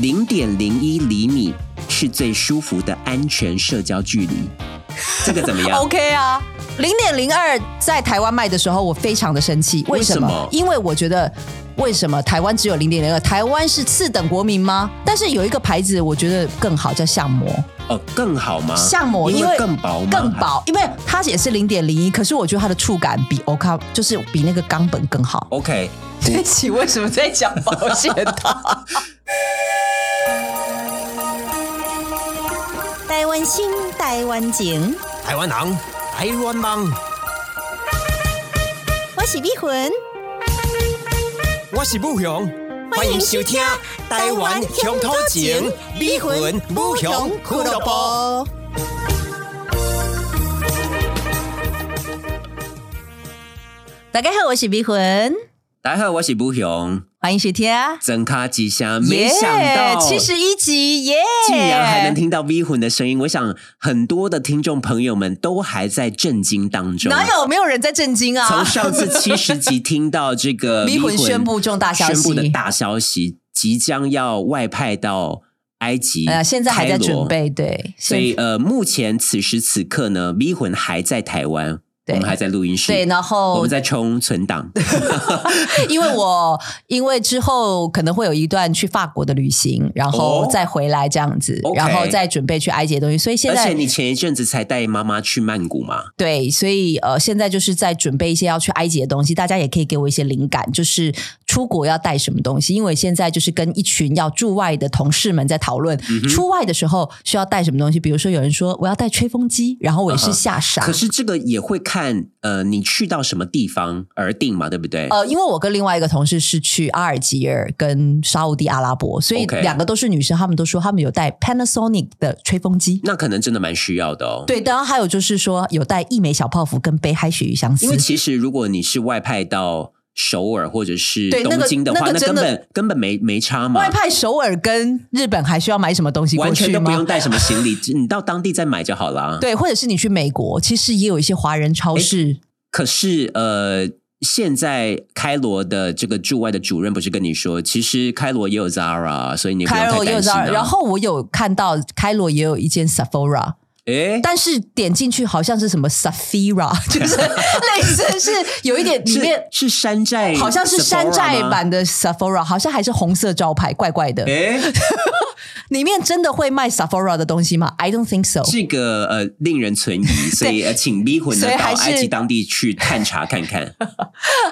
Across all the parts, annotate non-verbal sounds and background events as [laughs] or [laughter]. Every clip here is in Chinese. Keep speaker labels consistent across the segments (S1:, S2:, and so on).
S1: 零点零一厘米是最舒服的安全社交距离。这个怎么
S2: [laughs]
S1: 样？
S2: OK 啊。零点零二在台湾卖的时候，我非常的生气。为什么？
S1: 为什么
S2: 因为我觉得，为什么台湾只有零点零二？台湾是次等国民吗？但是有一个牌子，我觉得更好，叫相模。
S1: 哦，更好吗？
S2: 相模
S1: 因
S2: 因为
S1: 为更薄吗？
S2: 更薄，因为它也是零点零一，可是我觉得它的触感比 OK 就是比那个冈本更好。
S1: OK，
S2: 对不起，为什么在讲保险套？
S3: [laughs] 台湾心，台湾情，
S4: 台湾人，台湾梦，
S3: 我是美魂，
S4: 我是武雄，欢迎收听《台湾乡土情》，美魂武雄俱乐部。
S3: 部。
S2: 大家好，我是碧魂，
S1: 大家好，我是不雄，
S2: 欢迎收听。
S1: 真卡吉祥，没想到
S2: 七十一集耶，
S1: 竟然还能听到 V 魂的声音，我想很多的听众朋友们都还在震惊当中。
S2: 哪有没有人在震惊啊？
S1: 啊从上次七十集听到这个
S2: [laughs] 迷魂宣布重大消息
S1: 宣布的大消息即将要外派到埃及，
S2: 呃，现在还在
S1: 开罗
S2: 准。备，对，
S1: 所以
S2: 现
S1: 呃，目前此时此刻呢，V 魂还在台湾，我
S2: 对
S1: 们还在录音室，
S2: 对，然
S1: 我
S2: 后
S1: 们在冲存档。
S2: 因为我因为之后可能会有一段去法国的旅行，然后
S1: 哦
S2: 再回来这样子，
S1: OK
S2: 然后再准备去埃及的东西，所以现
S1: 而且
S2: 在
S1: 你前一阵子才带妈妈去曼谷嘛，
S2: 对，所以呃，现在就是在准备一些要去埃及的东西，大家也可以给我一些灵感，就是出国要带什么东西，因为现在就是跟一群要驻外的同事们在讨论、
S1: 嗯
S2: 出外的时候需要带什么东西，比如说有人说我要带吹风机，然后我也是吓傻。
S1: 嗯可是这个也会看呃你去到什么地方而定嘛，对不对？
S2: 呃，因为我跟另外一个同事是去阿尔及尔跟沙烏地阿拉伯，所以
S1: OK
S2: 两个都是女生，她们都说她们有带 Panasonic 的吹风机。
S1: 那可能真的蛮需要的哦。
S2: 对，当然还有就是说有带一枚小泡芙跟北海鳕鱼相
S1: 因
S2: 思
S1: 为。其实如果你是外派到首尔或者是
S2: 对那
S1: 东
S2: 个
S1: 京的话，
S2: 那个
S1: 那
S2: 真
S1: 根
S2: 的
S1: 本根本没没差嘛
S2: 外，派首尔跟日本还需要买什么东西
S1: 嗯
S2: 过
S1: 完全
S2: 去
S1: 都不
S2: 吗
S1: 用？带什么行李，只你到当地再买就好了。，
S2: 对，或者是你去美国，其实也有一些华人超市。
S1: 可是呃。现在开罗的这个驻外的主任不是跟你说，其实开罗也有 Zara，所以你不用
S2: 开
S1: 太
S2: 罗也有
S1: 担心、啊。
S2: 然，后我有看到开罗也有一间 Sephora，
S1: 诶，
S2: 但是点进去好像是什么 Sephora，就是 [laughs] 类似是有一点里面
S1: [laughs] 是是山寨 Sephora 吗，
S2: 好像是山寨版的 Sephora，好像还是红色招牌，怪怪的。
S1: 诶。
S2: 里面真的会卖 Sephora 的东西吗？I don't think so。
S1: 这个呃令人存
S2: [laughs]
S1: 疑，所以呃请逼魂呢
S2: 所以
S1: 到
S2: 还是
S1: 埃及当地去探查看看。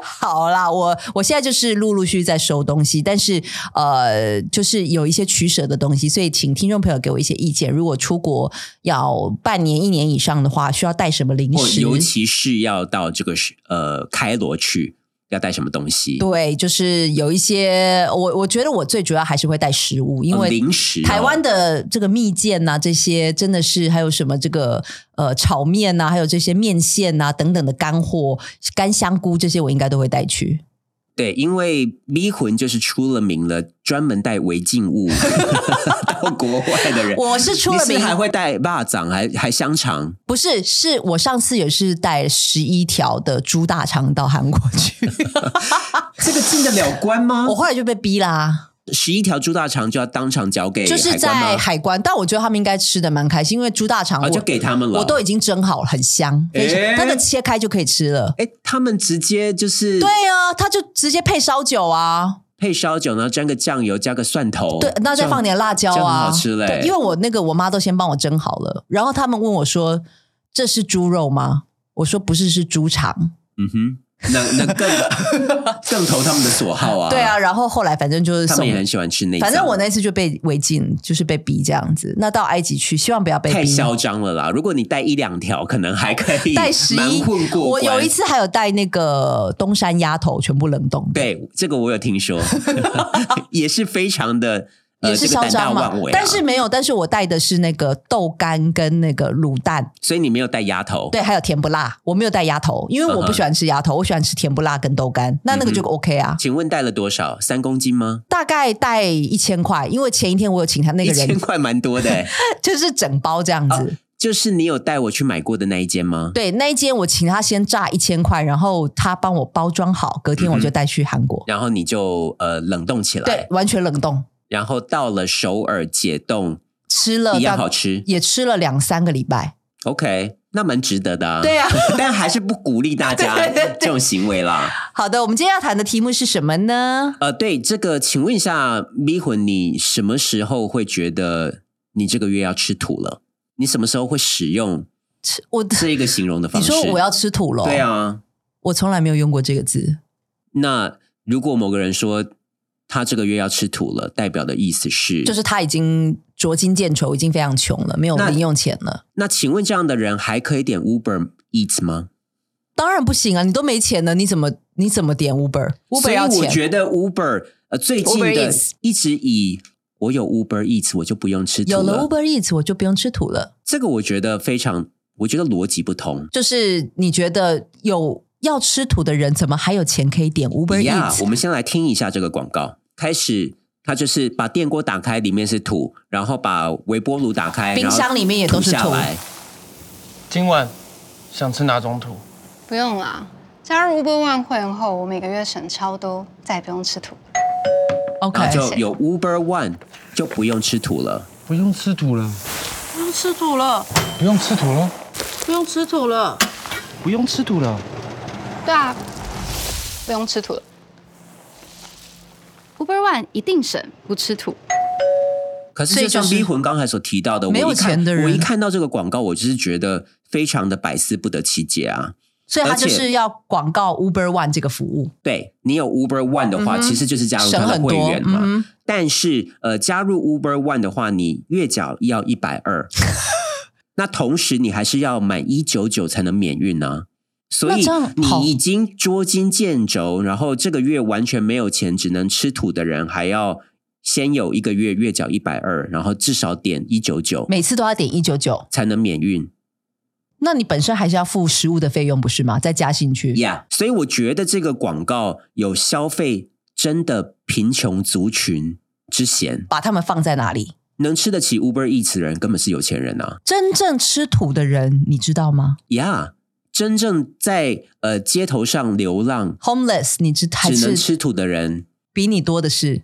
S2: 好啦，我我现在就是陆陆续续在收东西，但是呃，就是有一些取舍的东西，所以请听众朋友给我一些意见。如果出国要半年、一年以上的话，需要带什么零
S1: 或
S2: 食？
S1: 尤其是要到这个是呃开罗去，要带什么东西？
S2: 对，就是有一些我我觉得我最主要还是会带食物，因
S1: 呃
S2: 为
S1: 零食哦、
S2: 台湾的这个蜜饯呐、这些真的是还有什么这个呃炒面呐、还有这些面线呐、等等的干货、干香菇这些，我应该都会带去。
S1: 对，因为逼魂就是出了名了，专门带违禁物 [laughs] 到国外的人。
S2: 我是出了
S1: 你
S2: 名
S1: 是还会带蚂蚱，还还香肠，
S2: 不是，是我上次也是带十一条的猪大肠到韩国去，
S1: [laughs] 这个进得了关吗
S2: 我后来就被逼啦，
S1: 十一条猪大肠就要当场交给
S2: 就是
S1: 海关
S2: 在
S1: 吗？啊
S2: 海关，但我觉得他们应该吃的蛮开心，因为猪大肠我、
S1: 啊，就给他们了。哎
S2: 我都已经蒸好了，很香，非常
S1: 诶
S2: 那个切开就可以吃了。
S1: 哎，他们直接就是
S2: 对啊，他就直接配烧酒啊，
S1: 配烧酒，然后沾个酱油，加个蒜头，
S2: 对，那再放点辣椒
S1: 哦这样很
S2: 啊，
S1: 好吃嘞
S2: 对，因为我那个我妈都先帮我蒸好了，然后他们问我说：“这是猪肉吗？”我说：“不是，是猪肠。
S1: 嗯哼，那那更 [laughs] 更投他们的所好啊。
S2: 对啊，，然后后来反正就是
S1: 他
S2: 送
S1: 们也很喜欢吃内脏。
S2: 反正我那次就被违禁，就是被逼这样子。那到埃及去，希望不要被
S1: 太
S2: 逼。
S1: 嚣张了啦！如果你带一两条，可能还可
S2: [laughs]
S1: 以
S2: 带十
S1: 蛮
S2: 一
S1: 混，过
S2: 我有
S1: 关
S2: 一次还有带那个东山鸭头，全部冷冻的，
S1: 对这个我有听
S2: [laughs]
S1: 说，也是非常的呃
S2: 也是
S1: 这个胆
S2: 嚣
S1: 大
S2: 张嘛、
S1: 妄为、啊。
S2: 但是没有，但是我带的是那个豆干跟那个卤蛋，
S1: 所以你没有带鸭头，
S2: 对，还有甜不辣。我没有带鸭头，因为我
S1: 嗯
S2: 不
S1: 哼嗯
S2: 喜欢吃鸭头，我喜欢吃甜不辣跟豆干。那那个就 OK 啊，
S1: 请问带了多少？三公斤吗？
S2: 大概带一千块，因为前一天我有请他那
S1: 一
S2: 个
S1: 千
S2: 人，
S1: 块哦蛮多的、欸，
S2: [laughs] 就是整包这样子。
S1: 就是你有带我去买过的那一间吗？
S2: 对，那一间我请他先炸一千块，然后他帮
S1: 嗯
S2: 我包装好，隔天我就带去韩国。
S1: 然后你就呃冷冻起来，
S2: 对，完全冷冻。
S1: 然后到了首尔解冻
S2: 吃了
S1: 一样
S2: 大
S1: 好吃。
S2: 也吃了两三个礼拜。
S1: OK，那蛮值得的、啊。
S2: 对啊，
S1: [laughs] 但还是不鼓励大家
S2: [laughs] 对对对
S1: 这种行为啦。
S2: 好的，我们今天要谈的题目是什么呢？
S1: 呃，对这个，请问一下迷魂，你什么时候会觉得你这个月要吃土了？你什么时候会使用
S2: 吃我
S1: 这个形容的
S2: [laughs] 你
S1: 方式？
S2: 说我要吃土了？哦
S1: 对，啊，
S2: 我从来没有用过这个字。
S1: 那如果某个人说他这个月要吃土了，代表的意思是，
S2: 就是他已经捉襟见肘，已经非常穷了，没有
S1: 那
S2: 零用钱了。
S1: 那请问这样的人还可以点 Uber Eats 吗？
S2: 当然不行啊，你都没钱了，你怎么你怎么点 Uber？Uber 要
S1: 所以我
S2: 钱，
S1: 觉得 Uber 呃最近
S2: Uber
S1: 的
S2: Eats
S1: 一直以我有 Uber Eats 我就不用吃土
S2: 有了 Uber Eats 我就不用吃土了。
S1: 这个我觉得非常，我觉得逻辑不通。
S2: 就是你觉得有要吃土的人，怎么还有钱可以点 Uber
S1: 呀
S2: Eats？
S1: 我们先来听一下这个广告，开始。它就是把电锅打开，里面是土，然后把微波炉打开，
S2: 冰箱里面也都是
S1: 然后
S2: 土
S1: 下来。
S5: 今晚想吃哪种土？
S6: 不用啦，加入 Uber One 会员后，我每个月省超多，再也不用吃土。
S2: OK，
S1: 然后就有 Uber One，就不用吃土了。
S5: 不用吃土了，
S7: 不用吃土了，
S5: 不用吃土了，
S7: 不用吃土了。
S5: 不用吃土了。
S6: 对啊，不用吃土了。Uber One 一定省，不吃 [laughs] 土。
S1: 可是
S2: 所以
S1: 就像
S2: 就是
S1: 逼魂刚才所提到的，
S2: 没有
S1: 我一看
S2: 钱的人
S1: 我一看到这个广告，我就是觉得非常的百思不得其解啊。
S2: 所以他
S1: 而且
S2: 就是要广告 Uber One 这个服务，
S1: 对你有 Uber One 的话，
S2: 嗯哼
S1: 其实就是加入
S2: 省
S1: 他的
S2: 很
S1: 会
S2: 多。
S1: 员嘛。
S2: 嗯哼，
S1: 但是呃，加入 Uber One 的话，你月缴要一百
S2: [laughs]
S1: 二，那同时你还是要满一九九才能免运呢、所
S2: 那
S1: 以
S2: 这样好
S1: 你已经捉襟见肘，然后这个月完全没有钱，只能吃土的人，还要先有一个月月缴一百二，然后至少点一九九
S2: 每次都要点一九九，
S1: 才能免运。
S2: 那你本身还是要付食物的费用，不是吗？再加进去。
S1: Yeah，所以我觉得这个广告有消费真的贫穷族群之嫌，
S2: 把他们放在哪里？
S1: 能吃得起 Uber Eats 的人根本是有钱人啊。
S2: 真正吃土的人，你知道吗
S1: Yeah，真正在呃街头上流浪
S2: ？Homeless，你知还
S1: 只能
S2: 是
S1: 吃土的人
S2: 比你多的是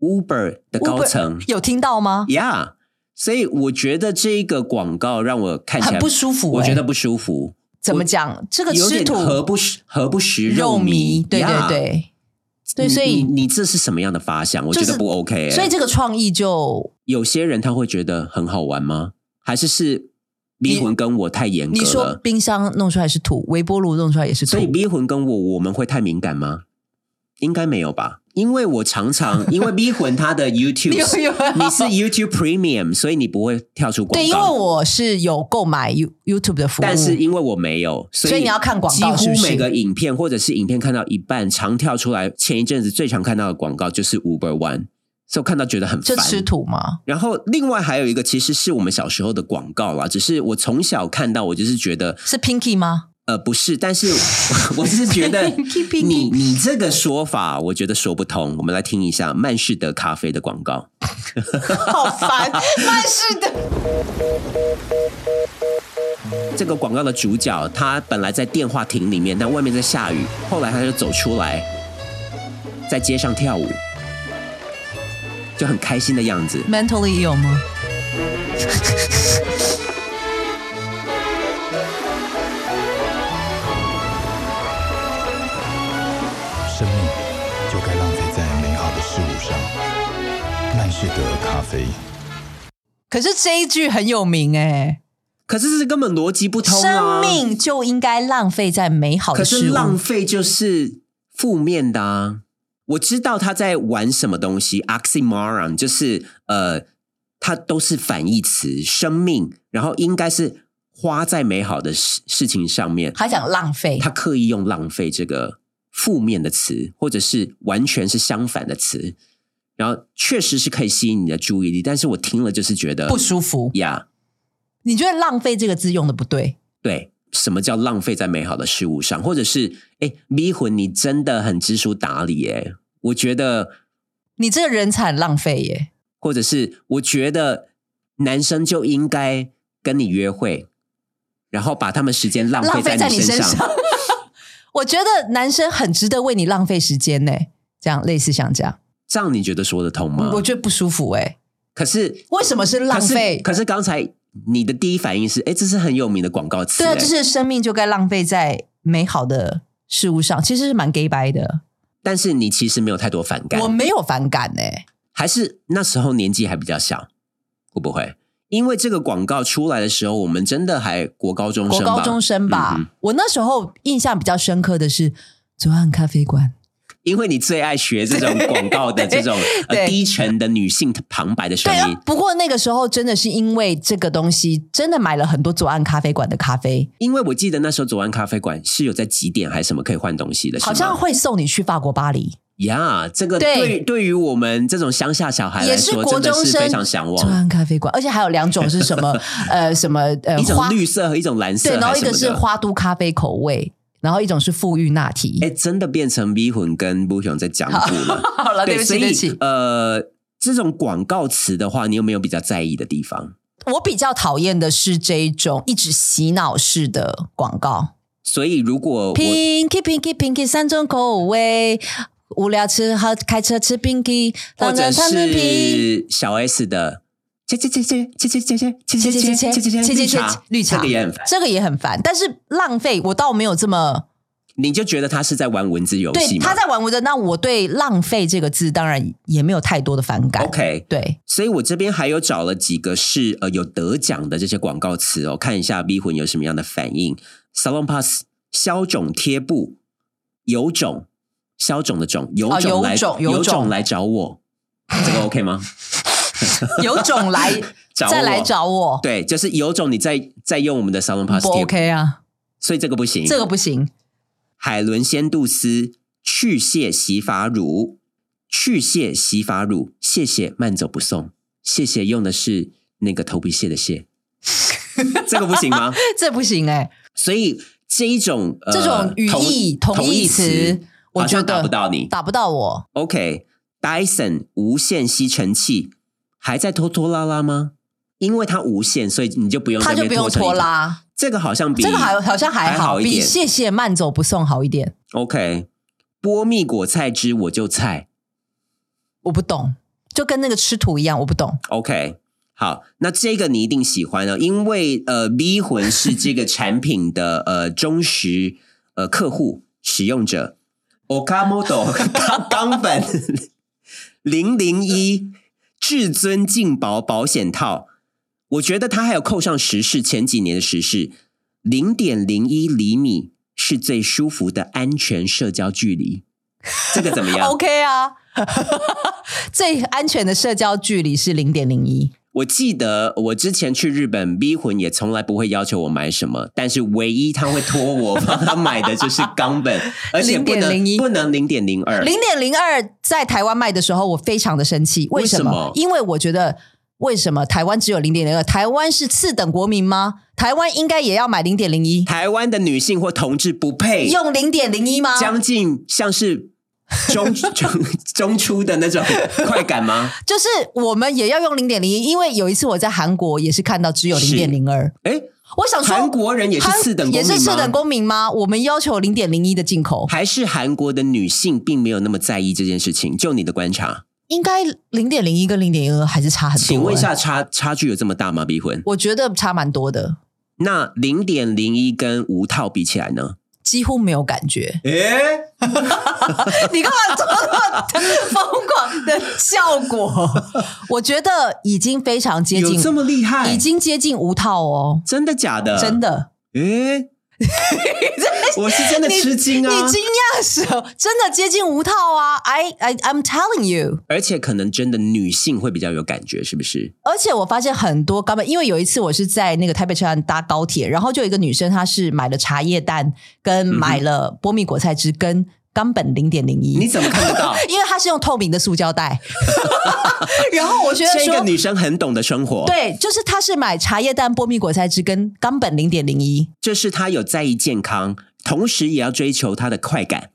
S1: ，Uber 的高
S2: Uber-
S1: 层
S2: 有听到吗？
S1: ，Yeah。所以我觉觉得这一个广告让我看起来
S2: 很不舒服
S1: 我
S2: 欸
S1: 觉得不舒服，
S2: 怎么讲？这个
S1: 有
S2: 吃
S1: 点
S2: 土
S1: 何不食何不食
S2: 肉
S1: 糜
S2: 糜，对对
S1: Yeah
S2: 对对，
S1: 你
S2: 所
S1: 你
S2: 以
S1: 你这是什么样的发想？我
S2: 就
S1: 觉得
S2: 是
S1: 不 OK 欸、
S2: 所以这个创意就
S1: 有些人他会觉得很好玩吗？还是是逼魂跟我太严
S2: 你
S1: 格
S2: 说
S1: 了？
S2: 冰箱弄出来是土，微波炉弄出来也是 [laughs]
S1: 所以
S2: 土，
S1: 逼魂跟我我们会太敏感吗？应该没有吧，因为我常
S2: [laughs]
S1: 常因为逼魂他的 YouTube，
S2: 有有
S1: 你是 YouTube Premium，所以你不会跳出广告。
S2: [laughs] 对，因为我是有购买 You YouTube 的服务，
S1: 但是因为我没有，所以
S2: 所以你要看广告
S1: 几
S2: 是不
S1: 乎
S2: 是
S1: 每个影片或者是影片看到一半，常跳出来。前一阵子最常看到的广告就是 Uber One，所以我看到觉得很
S2: 就
S1: 烦。
S2: 吃土嘛，
S1: 然后另外还有一个，其实是我们小时候的广告啊啦，只是我从小看到，我就是觉得
S2: 是 Pinky
S1: [laughs]
S2: 吗？
S1: 呃不是，但是我 [laughs] 是觉
S2: [laughs]
S1: 得你你这个说法，我觉得说不通。我们来听一下曼士德咖啡的广告。
S2: 好烦，但是的，
S1: 这个广告的主角他本来在电话亭里面，但外面在下雨，后来他就走出来，在街上跳舞，就很开心的样子。
S2: [laughs] mentally 有吗？
S8: 生命就该浪费在美好的事物上。曼士德咖啡。
S2: 可是这一句很有名哎、
S1: 可是这根本逻辑不通啊！
S2: 生命就应该浪费在美好
S1: 可
S2: 的
S1: 是
S2: 事物。
S1: 浪费就是负面的啊！我知道他在玩什么东西，oxymoron 就是呃，它都是反义词，生命，然后应该是花在美好的事事情上面。
S2: 还讲浪费，
S1: 他刻意用“浪费”这个负面的词，或者是完全是相反的词，然后确实是可以吸引你的注意力，但是我听了就是觉得
S2: 不舒服。
S1: 呀。
S2: 你觉得“浪费”这个字用的不对？
S1: 对，什么叫浪费在美好的事物上，或者是哎，迷魂，你真的很知书达理耶。我觉得，
S2: 你这个人才很浪费耶！
S1: 或者是我觉得男生就应该跟你约会，然后把他们时间浪
S2: 浪
S1: 费
S2: 费
S1: 在
S2: 在
S1: 你
S2: 你身
S1: 上。
S2: 上。 [laughs] 我觉得男生很值得为你浪费时间呢，这样类似像这样，
S1: 这样你觉得说得通吗？
S2: 我觉得不舒服哎、
S1: 可是
S2: 为什么是浪费
S1: 可是可是刚才你的第一反应是，哎，这是很有名的广告词，
S2: 对啊，
S1: 诶
S2: 就是生命就该浪费在美好的事物上，其实是蛮 gay 白的。
S1: 但是你其实没有太多反感，
S2: 我没有反感哎、
S1: 还是那时候年纪还比较小，会不会？因为这个广告出来的时候，我们真的还国高中
S2: 国
S1: 生吧，
S2: 高中生吧。
S1: 嗯
S2: 我那时候印象比较深刻的是左岸咖啡馆，
S1: 因为你最爱学这种广告的这种呃
S2: [laughs] 对
S1: 低沉的女性旁白的声
S2: 对啊
S1: 音。。
S2: 不过那个时候真的是因为这个东西，真的买了很多左岸咖啡馆的咖啡，
S1: 因为我记得那时候左岸咖啡馆是有在几点还是什么可以换东西的，是吗
S2: 好像会送你去法国巴黎，
S1: 呀这个
S2: 对
S1: 对对于我们这种乡下小孩来
S2: 也是
S1: 说，
S2: 国
S1: 真的
S2: 中
S1: 是
S2: 生
S1: 非常向
S2: 左
S1: 往。
S2: 岸咖啡馆，而且还有两种是什
S1: [laughs]
S2: 么？呃，什么呃
S1: 一种
S2: 花
S1: 绿色和一种蓝色，
S2: 对，然后
S1: 还
S2: 一个
S1: 什
S2: 是
S1: 么的。
S2: 花都咖啡口味，然后一种是馥郁拿提。
S1: 哎，真的变成 V 魂跟 b u 在讲古了。
S2: [laughs] 好了，对不
S1: 所
S2: 起，对不
S1: 以
S2: 起，
S1: 呃，这种广告词的话，你有没有比较在意的地方？
S2: 我比较讨厌的是这一种一直洗脑式的广告。
S1: 所以如果我
S2: Pinky Pinky Pinky 三种口味，无聊吃喝开车吃 Pinky，
S1: 或者
S2: 当然他们 Pinky
S1: 是小 S 的。切切切切切切切切切切切切切切
S2: 绿
S1: 这
S2: 茶
S1: 个也很烦，
S2: 这个也很烦，但是浪费我倒没有这么
S1: 你就觉得他是在玩文字游戏
S2: 对
S1: 吗？
S2: 他在玩我的，那我对浪费这个字当然也没有太多的反感。
S1: OK，
S2: 对，
S1: 所以我这边还有找了几个是呃有得奖的这些广告词哦，看一下 V 魂有什么样的反应。Salon Pass 消肿贴布，有种消肿的肿，有
S2: 哦
S1: 种来、
S2: 有种有
S1: 有种
S2: 种
S1: 来找我，这个 OK 吗？ [laughs]
S2: 有种来
S1: 找
S2: 再来
S1: 我
S2: 找我，
S1: 对，就是有种你再再用我们的 Salon Pass
S2: 不
S1: 贴布
S2: OK 啊，
S1: 所以这个不行。
S2: 这个不行。
S1: 海伦仙度丝去屑洗发乳，去屑洗发乳，谢谢慢走不送，谢谢用的是那个头皮屑的屑，这个不行吗？
S2: 这不行哎、
S1: 所以这一种、呃、
S2: 这种语义
S1: 同
S2: 同义词，我
S1: 好
S2: 觉
S1: 像打
S2: 得
S1: 不到你。
S2: 打不到我。
S1: OK，Dyson 无线吸尘器还在拖拖拉拉吗？因为它无线，所以你就不用
S2: 他
S1: 在那
S2: 就
S1: 边
S2: 不用
S1: 成一
S2: 拖
S1: 团。
S2: 拉，
S1: 这个好像比
S2: 这个好好像还
S1: 还
S2: 好，
S1: 好一
S2: 比
S1: 点。
S2: 谢谢慢走不送好一点。
S1: OK，波蜜果菜汁我就菜。
S2: 我不懂，就跟那个吃土一样，我不懂。
S1: OK，好，那这个你一定喜欢哦，因为呃，V 魂是这个产品的 [laughs] 呃忠实呃客户使用者，Okamoto 冈冈本 [laughs] 零零一至尊劲薄保险套，我觉得它还有扣上时事前几年的时事，零点零一厘米是最舒服的安全社交距离，这个怎么样？
S2: OK 啊， [laughs] 最安全的社交距离是零点零一。
S1: 我记得我之前去日本，B 魂也从来不会要求我买什么，但是唯一他会托我帮他买的就是冈
S2: [laughs]
S1: 本，而且不能
S2: 0.01
S1: 不能零点零二。
S2: 零点零二在台湾卖的时候，我非常的生气。为什么？
S1: 为什么
S2: 因为我觉得。为什么台湾只有零点零二？台湾是次等国民吗？台湾应该也要买零点零一，
S1: 台湾的女性或同志不配
S2: 用零点零一吗？
S1: 将近像是中 [laughs] 中中出的那种快感
S2: [laughs]
S1: 吗？
S2: 就是我们也要用零点零一，因为有一次我在韩国也是看到只有零点零二，
S1: 哎，
S2: 我想哦说
S1: 韩国人也是次等公
S2: 也
S1: 民吗？
S2: 是次等公民吗？我们要求零点零一的进口，
S1: 还是韩国的女性并没有那么在意这件事情？就你的观察，
S2: 应该零点零一跟零点二还是差很多、
S1: 请问一
S2: 欸，
S1: 下差差距有这么大吗？逼婚？
S2: 我觉得差蛮多的，
S1: 那零点零一跟无套比起来呢？。
S2: 几乎没有感觉 [laughs]
S1: 诶，
S2: 你干嘛做那么疯狂的效
S1: [laughs]
S2: 果？我觉得已经非常接
S1: 有
S2: 近，
S1: 这么欸呃厉害？
S2: 已经接近无套哦，
S1: 真的假的？
S2: 真。的。 [laughs]
S1: 诶，我是真的吃惊啊
S2: 你！惊讶什么？真的接近无套啊！I I I'm telling you。
S1: 而且可能真的女性会比较有感觉，是不是？
S2: 而且我发现很多高本，因为有一次我是在那个台北车站搭高铁，然后就有一个女生，她是买了茶叶蛋，跟买了波蜜果菜汁，跟冈本零点零
S1: 你
S2: 一，
S1: 怎么看得
S2: [laughs]
S1: 到？
S2: 因为她是用透明的塑
S1: [laughs]
S2: 胶袋。然后我觉得
S1: 这个
S2: 说，
S1: 女生很懂得生活，，
S2: 对，就是她是买茶叶蛋、波蜜果菜汁跟冈本零点零一，
S1: 就是她有在意健康，同时也要追求她的快感。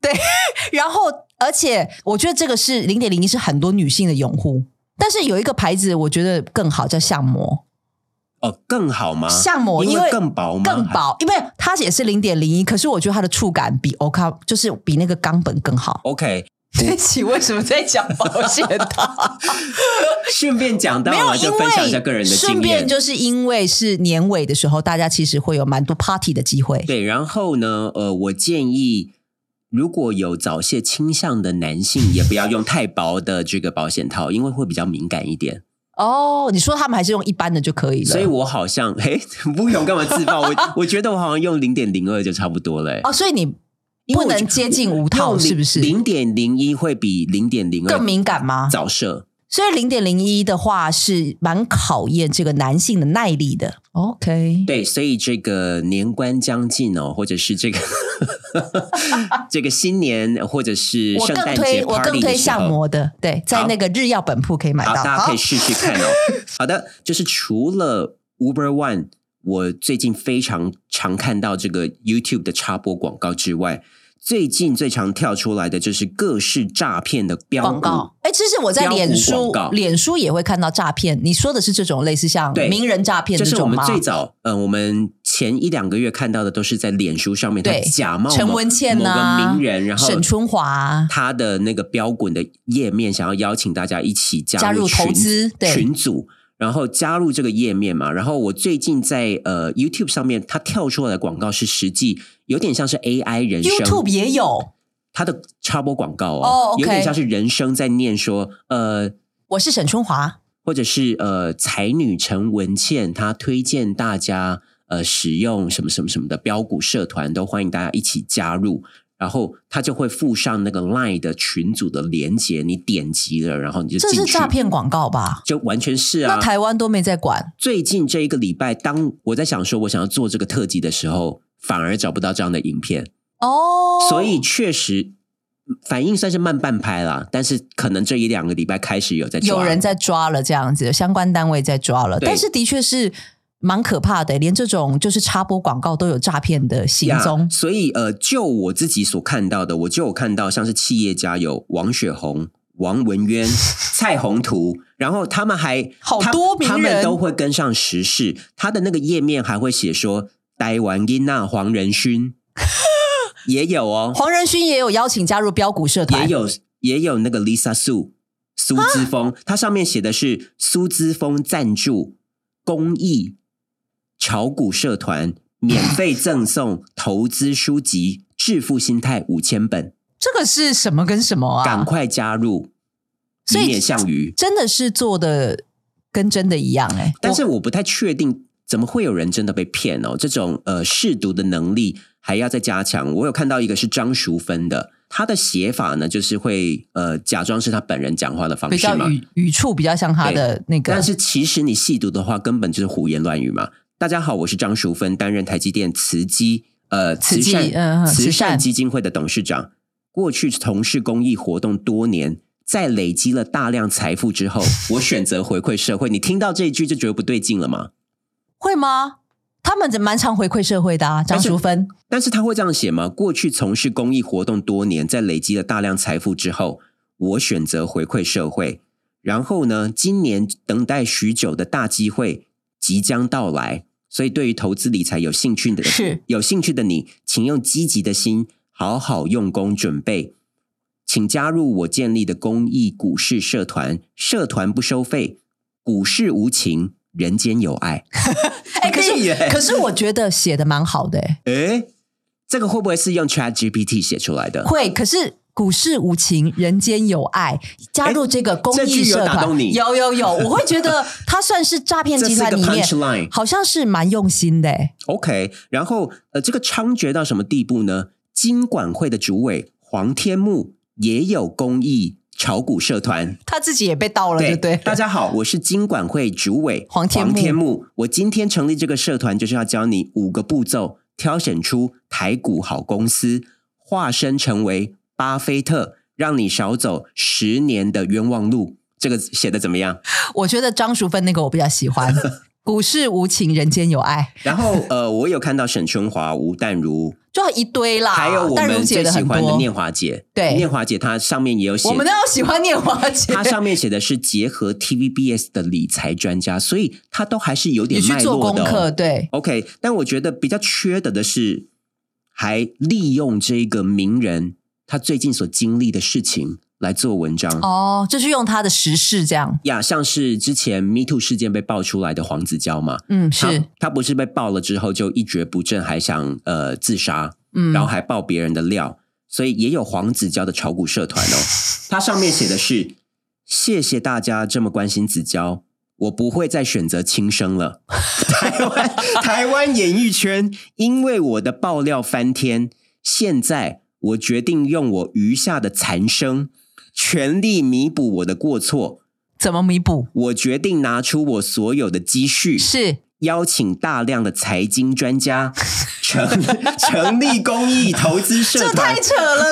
S2: 然后而且我觉得这个是零点零一是很多女性的拥护，但是有一个牌子我觉得更好，叫相模。
S1: 哦，更好吗？
S2: 相模，
S1: 因
S2: 因为
S1: 更薄吗？
S2: 更薄，因为哦
S1: [laughs]
S2: 它也是零点零一，可是我觉得它的触感比 Oka 就是比那个冈本更好。
S1: OK，
S2: 对不起，为什么在讲保险
S1: [laughs]
S2: 套？
S1: 顺便讲到
S2: 没有，
S1: 了，
S2: 因
S1: 就分享一下个人
S2: 为
S1: 的
S2: 顺
S1: 经
S2: 便
S1: 验。
S2: 就是因为是年尾的时候，大家其实会有蛮多 party 的机会。
S1: 对，然后呢，呃，我建议如果有早泄倾向的男性，也不要用太薄的这个保险套，因为会比较敏感一点。
S2: 哦，你说他们还是用一般的就可以了。
S1: 所以我好像，嘿，不用干嘛自爆？我我觉得我好像用零点零二就差不多了、欸。
S2: 哦，所以你
S1: 因为我
S2: 不
S1: 觉
S2: 能接近无套，是不是？
S1: 零点零一会比零点零二
S2: 更敏感吗？
S1: 早射。
S2: 所以零点零一的话是蛮考验这个男性的耐力的。OK，
S1: 对，所以这个年关将近哦，或者是这个 [laughs] 这个新年，或者是
S2: 我
S1: 圣
S2: 更
S1: 诞节
S2: 推我
S1: party
S2: 更
S1: 的
S2: 推
S1: 时
S2: 相
S1: 候，
S2: 模的，对，在那个日药本铺可以买
S1: 好，
S2: 到。
S1: 大家
S2: 好
S1: 可以，试试
S2: [laughs]
S1: 看哦。好的，就是除了 Uber One，我最近非常常看到这个 YouTube 的插播广告之外，最近最常跳出来的就是各式诈骗的标
S2: 广
S1: 股
S2: 告。。哎，其实我在
S1: 标股
S2: 脸
S1: 广
S2: 书
S1: 告，
S2: 脸书也会看到诈骗。你说的是这种类似像
S1: 对
S2: 名人诈骗
S1: 就
S2: 这
S1: 是我
S2: 种
S1: 们
S2: 吗？
S1: 最早，嗯、我们前一两个月看到的都是在脸书上面，他
S2: 对
S1: 假冒
S2: 陈
S1: 某
S2: 文茜
S1: 某
S2: 呐
S1: 个名人，然后
S2: 沈春华啊
S1: 他的那个标滚的页面，想要邀请大家一起
S2: 加
S1: 加
S2: 入投
S1: 群
S2: 资对
S1: 群组，然后加入这个页面嘛。然后我最近在呃 YouTube 上面，它跳出来的广告是实际有点像是 AI 人生
S2: YouTube 也有。
S1: 它的插播广告哦
S2: 哦，OK
S1: 有点像是人生在念说呃。
S2: 我是沈春华，
S1: 或者是呃，才女陈文茜，她推荐大家呃使用什么什么什么的标股社团，都欢迎大家一起加入。然后她就会附上那个 LINE 的群组的连接，你点击了，然后你就
S2: 这
S1: 进
S2: 是
S1: 去
S2: 诈，骗广告吧？
S1: 就完全是
S2: 那
S1: 啊。
S2: 台湾都没在管，
S1: 最近这一个礼拜，当我在想说我想要做这个特辑的时候，反而找不到这样的影片，
S2: 哦，
S1: 所以确实反应算是慢半拍啦。但是可能这一两个礼拜开始有在抓
S2: 有人在抓了，这样子，相关单位在抓了，
S1: 对
S2: 但是的确是蛮可怕的，连这种就是插播广告都有诈骗的行
S1: 呀
S2: 踪。
S1: 所以呃，就我自己所看到的，我就有看到像是企业家有王雪红、王文
S2: [laughs]
S1: 渊、蔡宏图，然后他们还
S2: 好
S1: 他
S2: 多名
S1: 他们
S2: 人
S1: 都会跟上时事。他的那个页面还会写说台湾英娜黄仁
S2: [laughs]
S1: 勋也有哦，
S2: 黄仁勋也有邀请加入标股社团，
S1: 也有也有那个 Lisa Su 苏之峰，
S2: 啊
S1: 它上面写的是苏之峰赞助公益炒股社团，免费赠送投资书籍《致富心态》五千本，
S2: 这个是什么跟什么
S1: 赶
S2: 啊？
S1: 快加入，
S2: 所以
S1: 以免项鱼。
S2: 真的是做的跟真的一样哎、
S1: 但
S2: 我
S1: 是我不太确定怎么会有人真的被骗哦，这种呃试读的能力还要再加强。我有看到一个是张淑芬的，她的写法呢，就是会呃假装是她本人讲话的方
S2: 比
S1: 式
S2: 较
S1: 嘛，
S2: 语语处比较像他的那个，
S1: 但是其实你细读的话，根本就是胡言乱语嘛。大家好，我是张淑芬，担任台积电慈基呃
S2: 慈
S1: 慈
S2: 济
S1: 善、
S2: 嗯嗯慈
S1: 慈
S2: 善
S1: 善基金会的董事长，过去从事公益活动多年。在累积了大量财富之后，我选择回馈社会。你听到这一句就觉得不对劲了吗？
S2: 会吗？他们蛮常回馈社会的啊，张
S1: 但是
S2: 淑芬
S1: 但是他会这样写吗？过去从事公益活动多年，在累积了大量财富之后，我选择回馈社会。然后呢，今年等待许久的大机会即将到来，所以对于投资理财有兴趣的
S2: 是
S1: 有兴趣的你，请用积极的心，好好用功准备。请加入我建立的公益股市社团，社团不收费，股市无情，人间有爱。
S2: [laughs] 哎、
S1: [laughs]
S2: 可
S1: 可以
S2: 是
S1: 耶
S2: 可是我觉得写的蛮好的、哎
S1: 诶，这个会不会是用 Chat GPT 写出来的？
S2: 会，可是股市无情，人间有爱。加入这个公
S1: 哎这
S2: 益
S1: 句有
S2: 社
S1: 打
S2: 团，
S1: 动你
S2: 有有有，我会觉得它算是诈骗
S1: 这
S2: 集
S1: 是一
S2: 团
S1: 个
S2: 里面，
S1: punchline。
S2: 好像是蛮用心
S1: [laughs]
S2: 的、欸。
S1: OK，然后呃，这个猖獗到什么地步呢？金管会的主委黄天木也有公益炒股社团。
S2: 他自己也被盗了，对不对？
S1: 大家好，我是金管会主委
S2: 黄天木
S1: 木。我今天成立这个社团，就是要教你五个步骤，挑选出台股好公司，化身成为巴菲特，让你少走十年的冤枉路。这个写的怎么样？
S2: 我觉得张淑芬那个我比较
S1: [laughs]
S2: 喜欢，股市无情，人间有爱，
S1: 然后
S2: [laughs]
S1: 呃，我有看到沈春华、吴淡如
S2: 就一堆啦。
S1: 还有我
S2: 啊淡如
S1: 们
S2: 姐
S1: 最
S2: 的
S1: 喜
S2: 很
S1: 欢的
S2: 多，
S1: 念华姐，
S2: 对
S1: 念华姐她上面也有写
S2: 我，们都要喜欢念华姐。
S1: 她
S2: [laughs]
S1: 上面写的是结合 TVBS 的理财专家，所以她都还是有
S2: 你
S1: 点
S2: 去
S1: 脉
S2: 做
S1: 络
S2: 功
S1: 的哦、
S2: 课，对，
S1: OK，但我觉得比较缺德的是，还利用这个名人他最近所经历的事情来做文章。
S2: 哦，就是用他的时事这样，
S1: 呀，像是之前 Me Too 事件被爆出来的黄子佼嘛，
S2: 嗯，
S1: 他
S2: 是，
S1: 他不是被爆了之后就一蹶不振，还想呃自杀，
S2: 嗯，
S1: 然后还爆别人的料，所以也有黄子佼的炒股社团哦。它上面写的是：谢谢大家这么关心子佼，我不会再选择轻生了。 [laughs] 台湾台湾演艺圈因为我的爆料翻天，现在我决定用我余下的残生，全力弥补我的过错。
S2: 怎么弥补？
S1: 我决定拿出我所有的积蓄，
S2: 是
S1: 邀请大量的财经专家， [laughs] 成成立公益投资社
S2: 这
S1: 团
S2: 太，扯了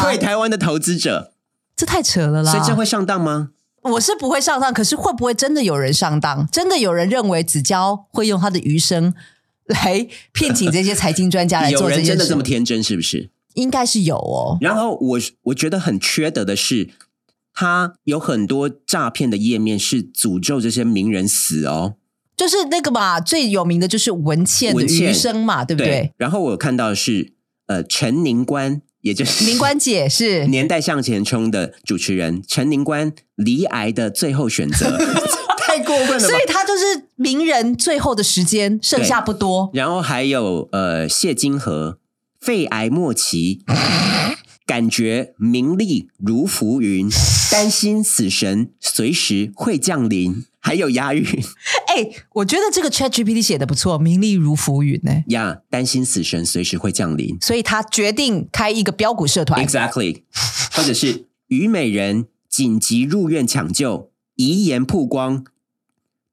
S1: [laughs] 回馈台湾的投资者，
S2: 这太扯了啦，
S1: 所以这会上当吗？
S2: 我是不会上当，可是会不会真的有人上当？真的有人认为子娇会用他的余生来 [laughs] 骗请这些财经专家来
S1: 有
S2: 做这
S1: 人真
S2: 件
S1: 的这么
S2: 事？
S1: 天真是不是？
S2: 应该是有哦。
S1: 然后我我觉得很缺德的是，他有很多诈骗的页面是诅咒这些名人死哦，
S2: 就是那个嘛，最有名的就是文倩的
S1: 文
S2: 余
S1: 倩
S2: 生嘛，对不对？
S1: 然后我有看到的是呃陈宁官，也就是
S2: 明官姐是
S1: 年代向前冲的主持人陈宁官离癌的最后选
S2: [laughs]
S1: 择，太过分了
S2: 所
S1: 吧
S2: 以？他就是名人最后的时间剩下不多，
S1: 然后还有呃谢金河肺癌末
S2: [laughs]
S1: 期，感觉名利如浮
S2: [laughs]
S1: 云，担心死神随时会降临，还有押韵 [laughs]
S2: 哎、我觉得这个 Chat GPT 写的不错，名利如浮云呢、
S1: 呀，担心死神随时会降临
S2: 所以他决定开一个标股社团，
S1: ，exactly，或者是虞美人紧急入院抢救，遗言曝光，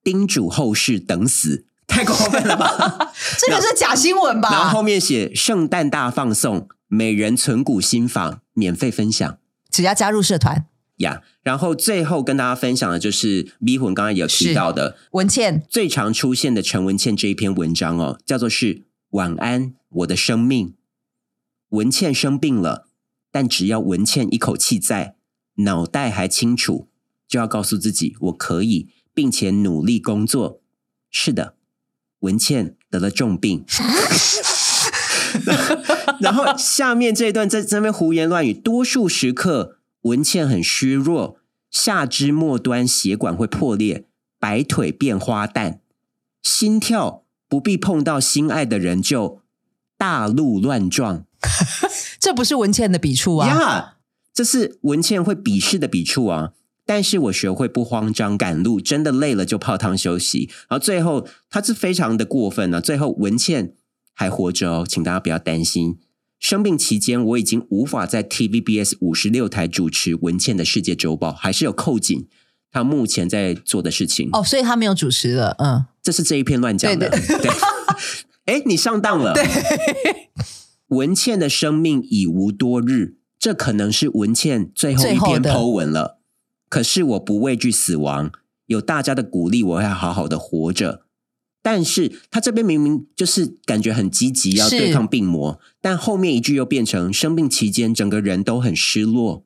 S1: 叮嘱后世等死，太过分了吧？
S2: [laughs] 这个是假新闻
S1: 然后后
S2: 吧？
S1: 面写圣诞大放送，每人存股新房，免费分享
S2: 只要加入社团，
S1: 呀。然后最后跟大家分享的就是咪魂刚才有提到的
S2: 文倩
S1: 最常出现的陈文茜这一篇文章哦，叫做是“晚安，我的生命”。文倩生病了，但只要文倩一口气在，脑袋还清楚，就要告诉自己我可以，并且努力工作。是的，文倩得了重病。然后下面这一段在这边胡言乱语，多数时刻文倩很虚弱，下肢末端血管会破裂，白腿变花旦，心跳不必碰到心爱的人就大路乱撞
S2: 这不是文倩的笔触啊
S1: 呀这是文倩会鄙视的笔触啊。但是我学会不慌张，赶路，真的累了就泡汤休息。然后最后他是非常的过分啊，最后文倩还活着哦，请大家不要担心。生病期间，我已经无法在 TVBS 五十六台主持文倩的世界周报，还是有扣紧他目前在做的事情。
S2: 哦，所以他没有主持了，嗯，
S1: 这是这一篇乱讲的。对，
S2: [laughs]
S1: 哎，你上当了。对，文倩的生命已无多日，这可能是文倩最后一
S2: 最后
S1: 篇
S2: 的
S1: Po 文了。可是我不畏惧死亡，有大家的鼓励，我会好好的活着。但是他这边明明就是感觉很积极，要
S2: 是
S1: 对抗病魔，但后面一句又变成生病期间整个人都很失落。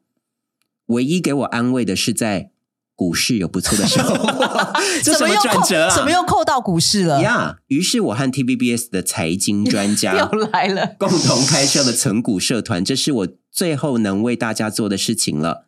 S1: 唯一给我安慰的是在股市有不错的收
S2: [laughs]
S1: 获，这什
S2: 怎
S1: 么
S2: 又
S1: 转
S2: 扣
S1: 折啊？
S2: 怎么又扣到股市了？
S1: 呀于是我和 TVBS 的财经专家
S2: 嗯 [laughs] 又来了。
S1: 共同开设了存股社团，这是我最后能为大家做的事情了，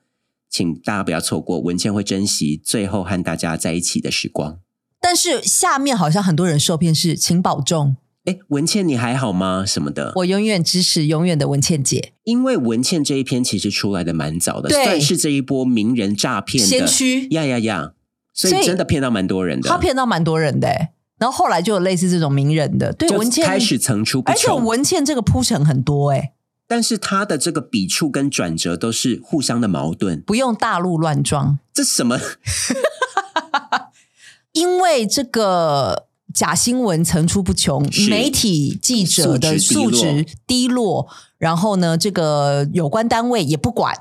S1: 请大家不要错过，文倩会珍惜最后和大家在一起的时光。
S2: 但是下面好像很多人受骗是，请保重，
S1: 哎，文倩你还好吗？什么的？
S2: 我永远支持永远的文倩姐，
S1: 因为文倩这一篇其实出来的蛮早的，
S2: 对
S1: 算是这一波名人诈骗的
S2: 先驱，
S1: 呀呀呀！所
S2: 所以
S1: 以真的骗到蛮多人的，
S2: 她骗到蛮多人的、欸然后后来就有类似这种名人的，对
S1: 就
S2: 文倩
S1: 开始，层出不
S2: 而且
S1: 穷，
S2: 文倩这个铺陈很多、欸，
S1: 但是他的这个笔触跟转折都是互相的矛盾，
S2: 不用大陆乱撞，
S1: 这什么？
S2: 因为这个假新闻层出不穷，
S1: 是
S2: 媒体记者的
S1: 素
S2: 素
S1: 质低落
S2: 质低落，然后呢，这个有关单位也不管。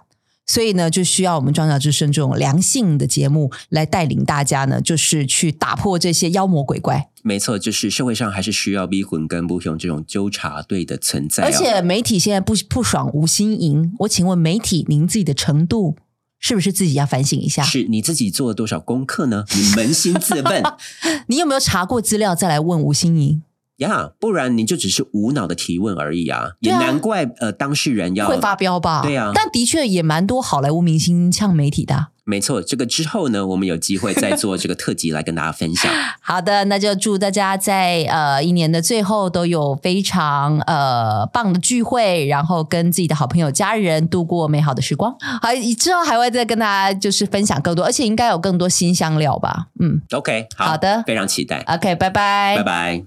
S2: 所以呢，就需要我们庄家之声这种良性的节目来带领大家呢，就是去打破这些妖魔鬼怪，
S1: 没错，就是社会上还是需要逼魂跟不雄这种纠察队的存在、啊。
S2: 而且媒体现在不不爽吴新盈，我请问媒体您自己的程度是不是自己要反省一下？
S1: 是你自己做了
S2: [laughs]
S1: 多少功课呢？你扪心自问，
S2: 你有没有查过资料再来问吴新盈？
S1: 呀不然你就只是无脑的提问而已啊，也
S2: 对啊
S1: 难怪呃当事人要
S2: 会发飙吧？
S1: 对啊
S2: 但的确也蛮多好莱坞明星呛媒体的啊。
S1: 没错，这个之后呢，我们有机会再做这个特辑来跟大家分
S2: [laughs]
S1: 享。
S2: 好的，那就祝大家在呃一年的最后都有非常呃棒的聚会，然后跟自己的好朋友、家人度过美好的时光。好，之后还会再跟大家就是分享更多，而且应该有更多新香料吧。嗯
S1: OK，好
S2: 好的
S1: 非常期待，
S2: ，OK，拜拜，
S1: 拜拜。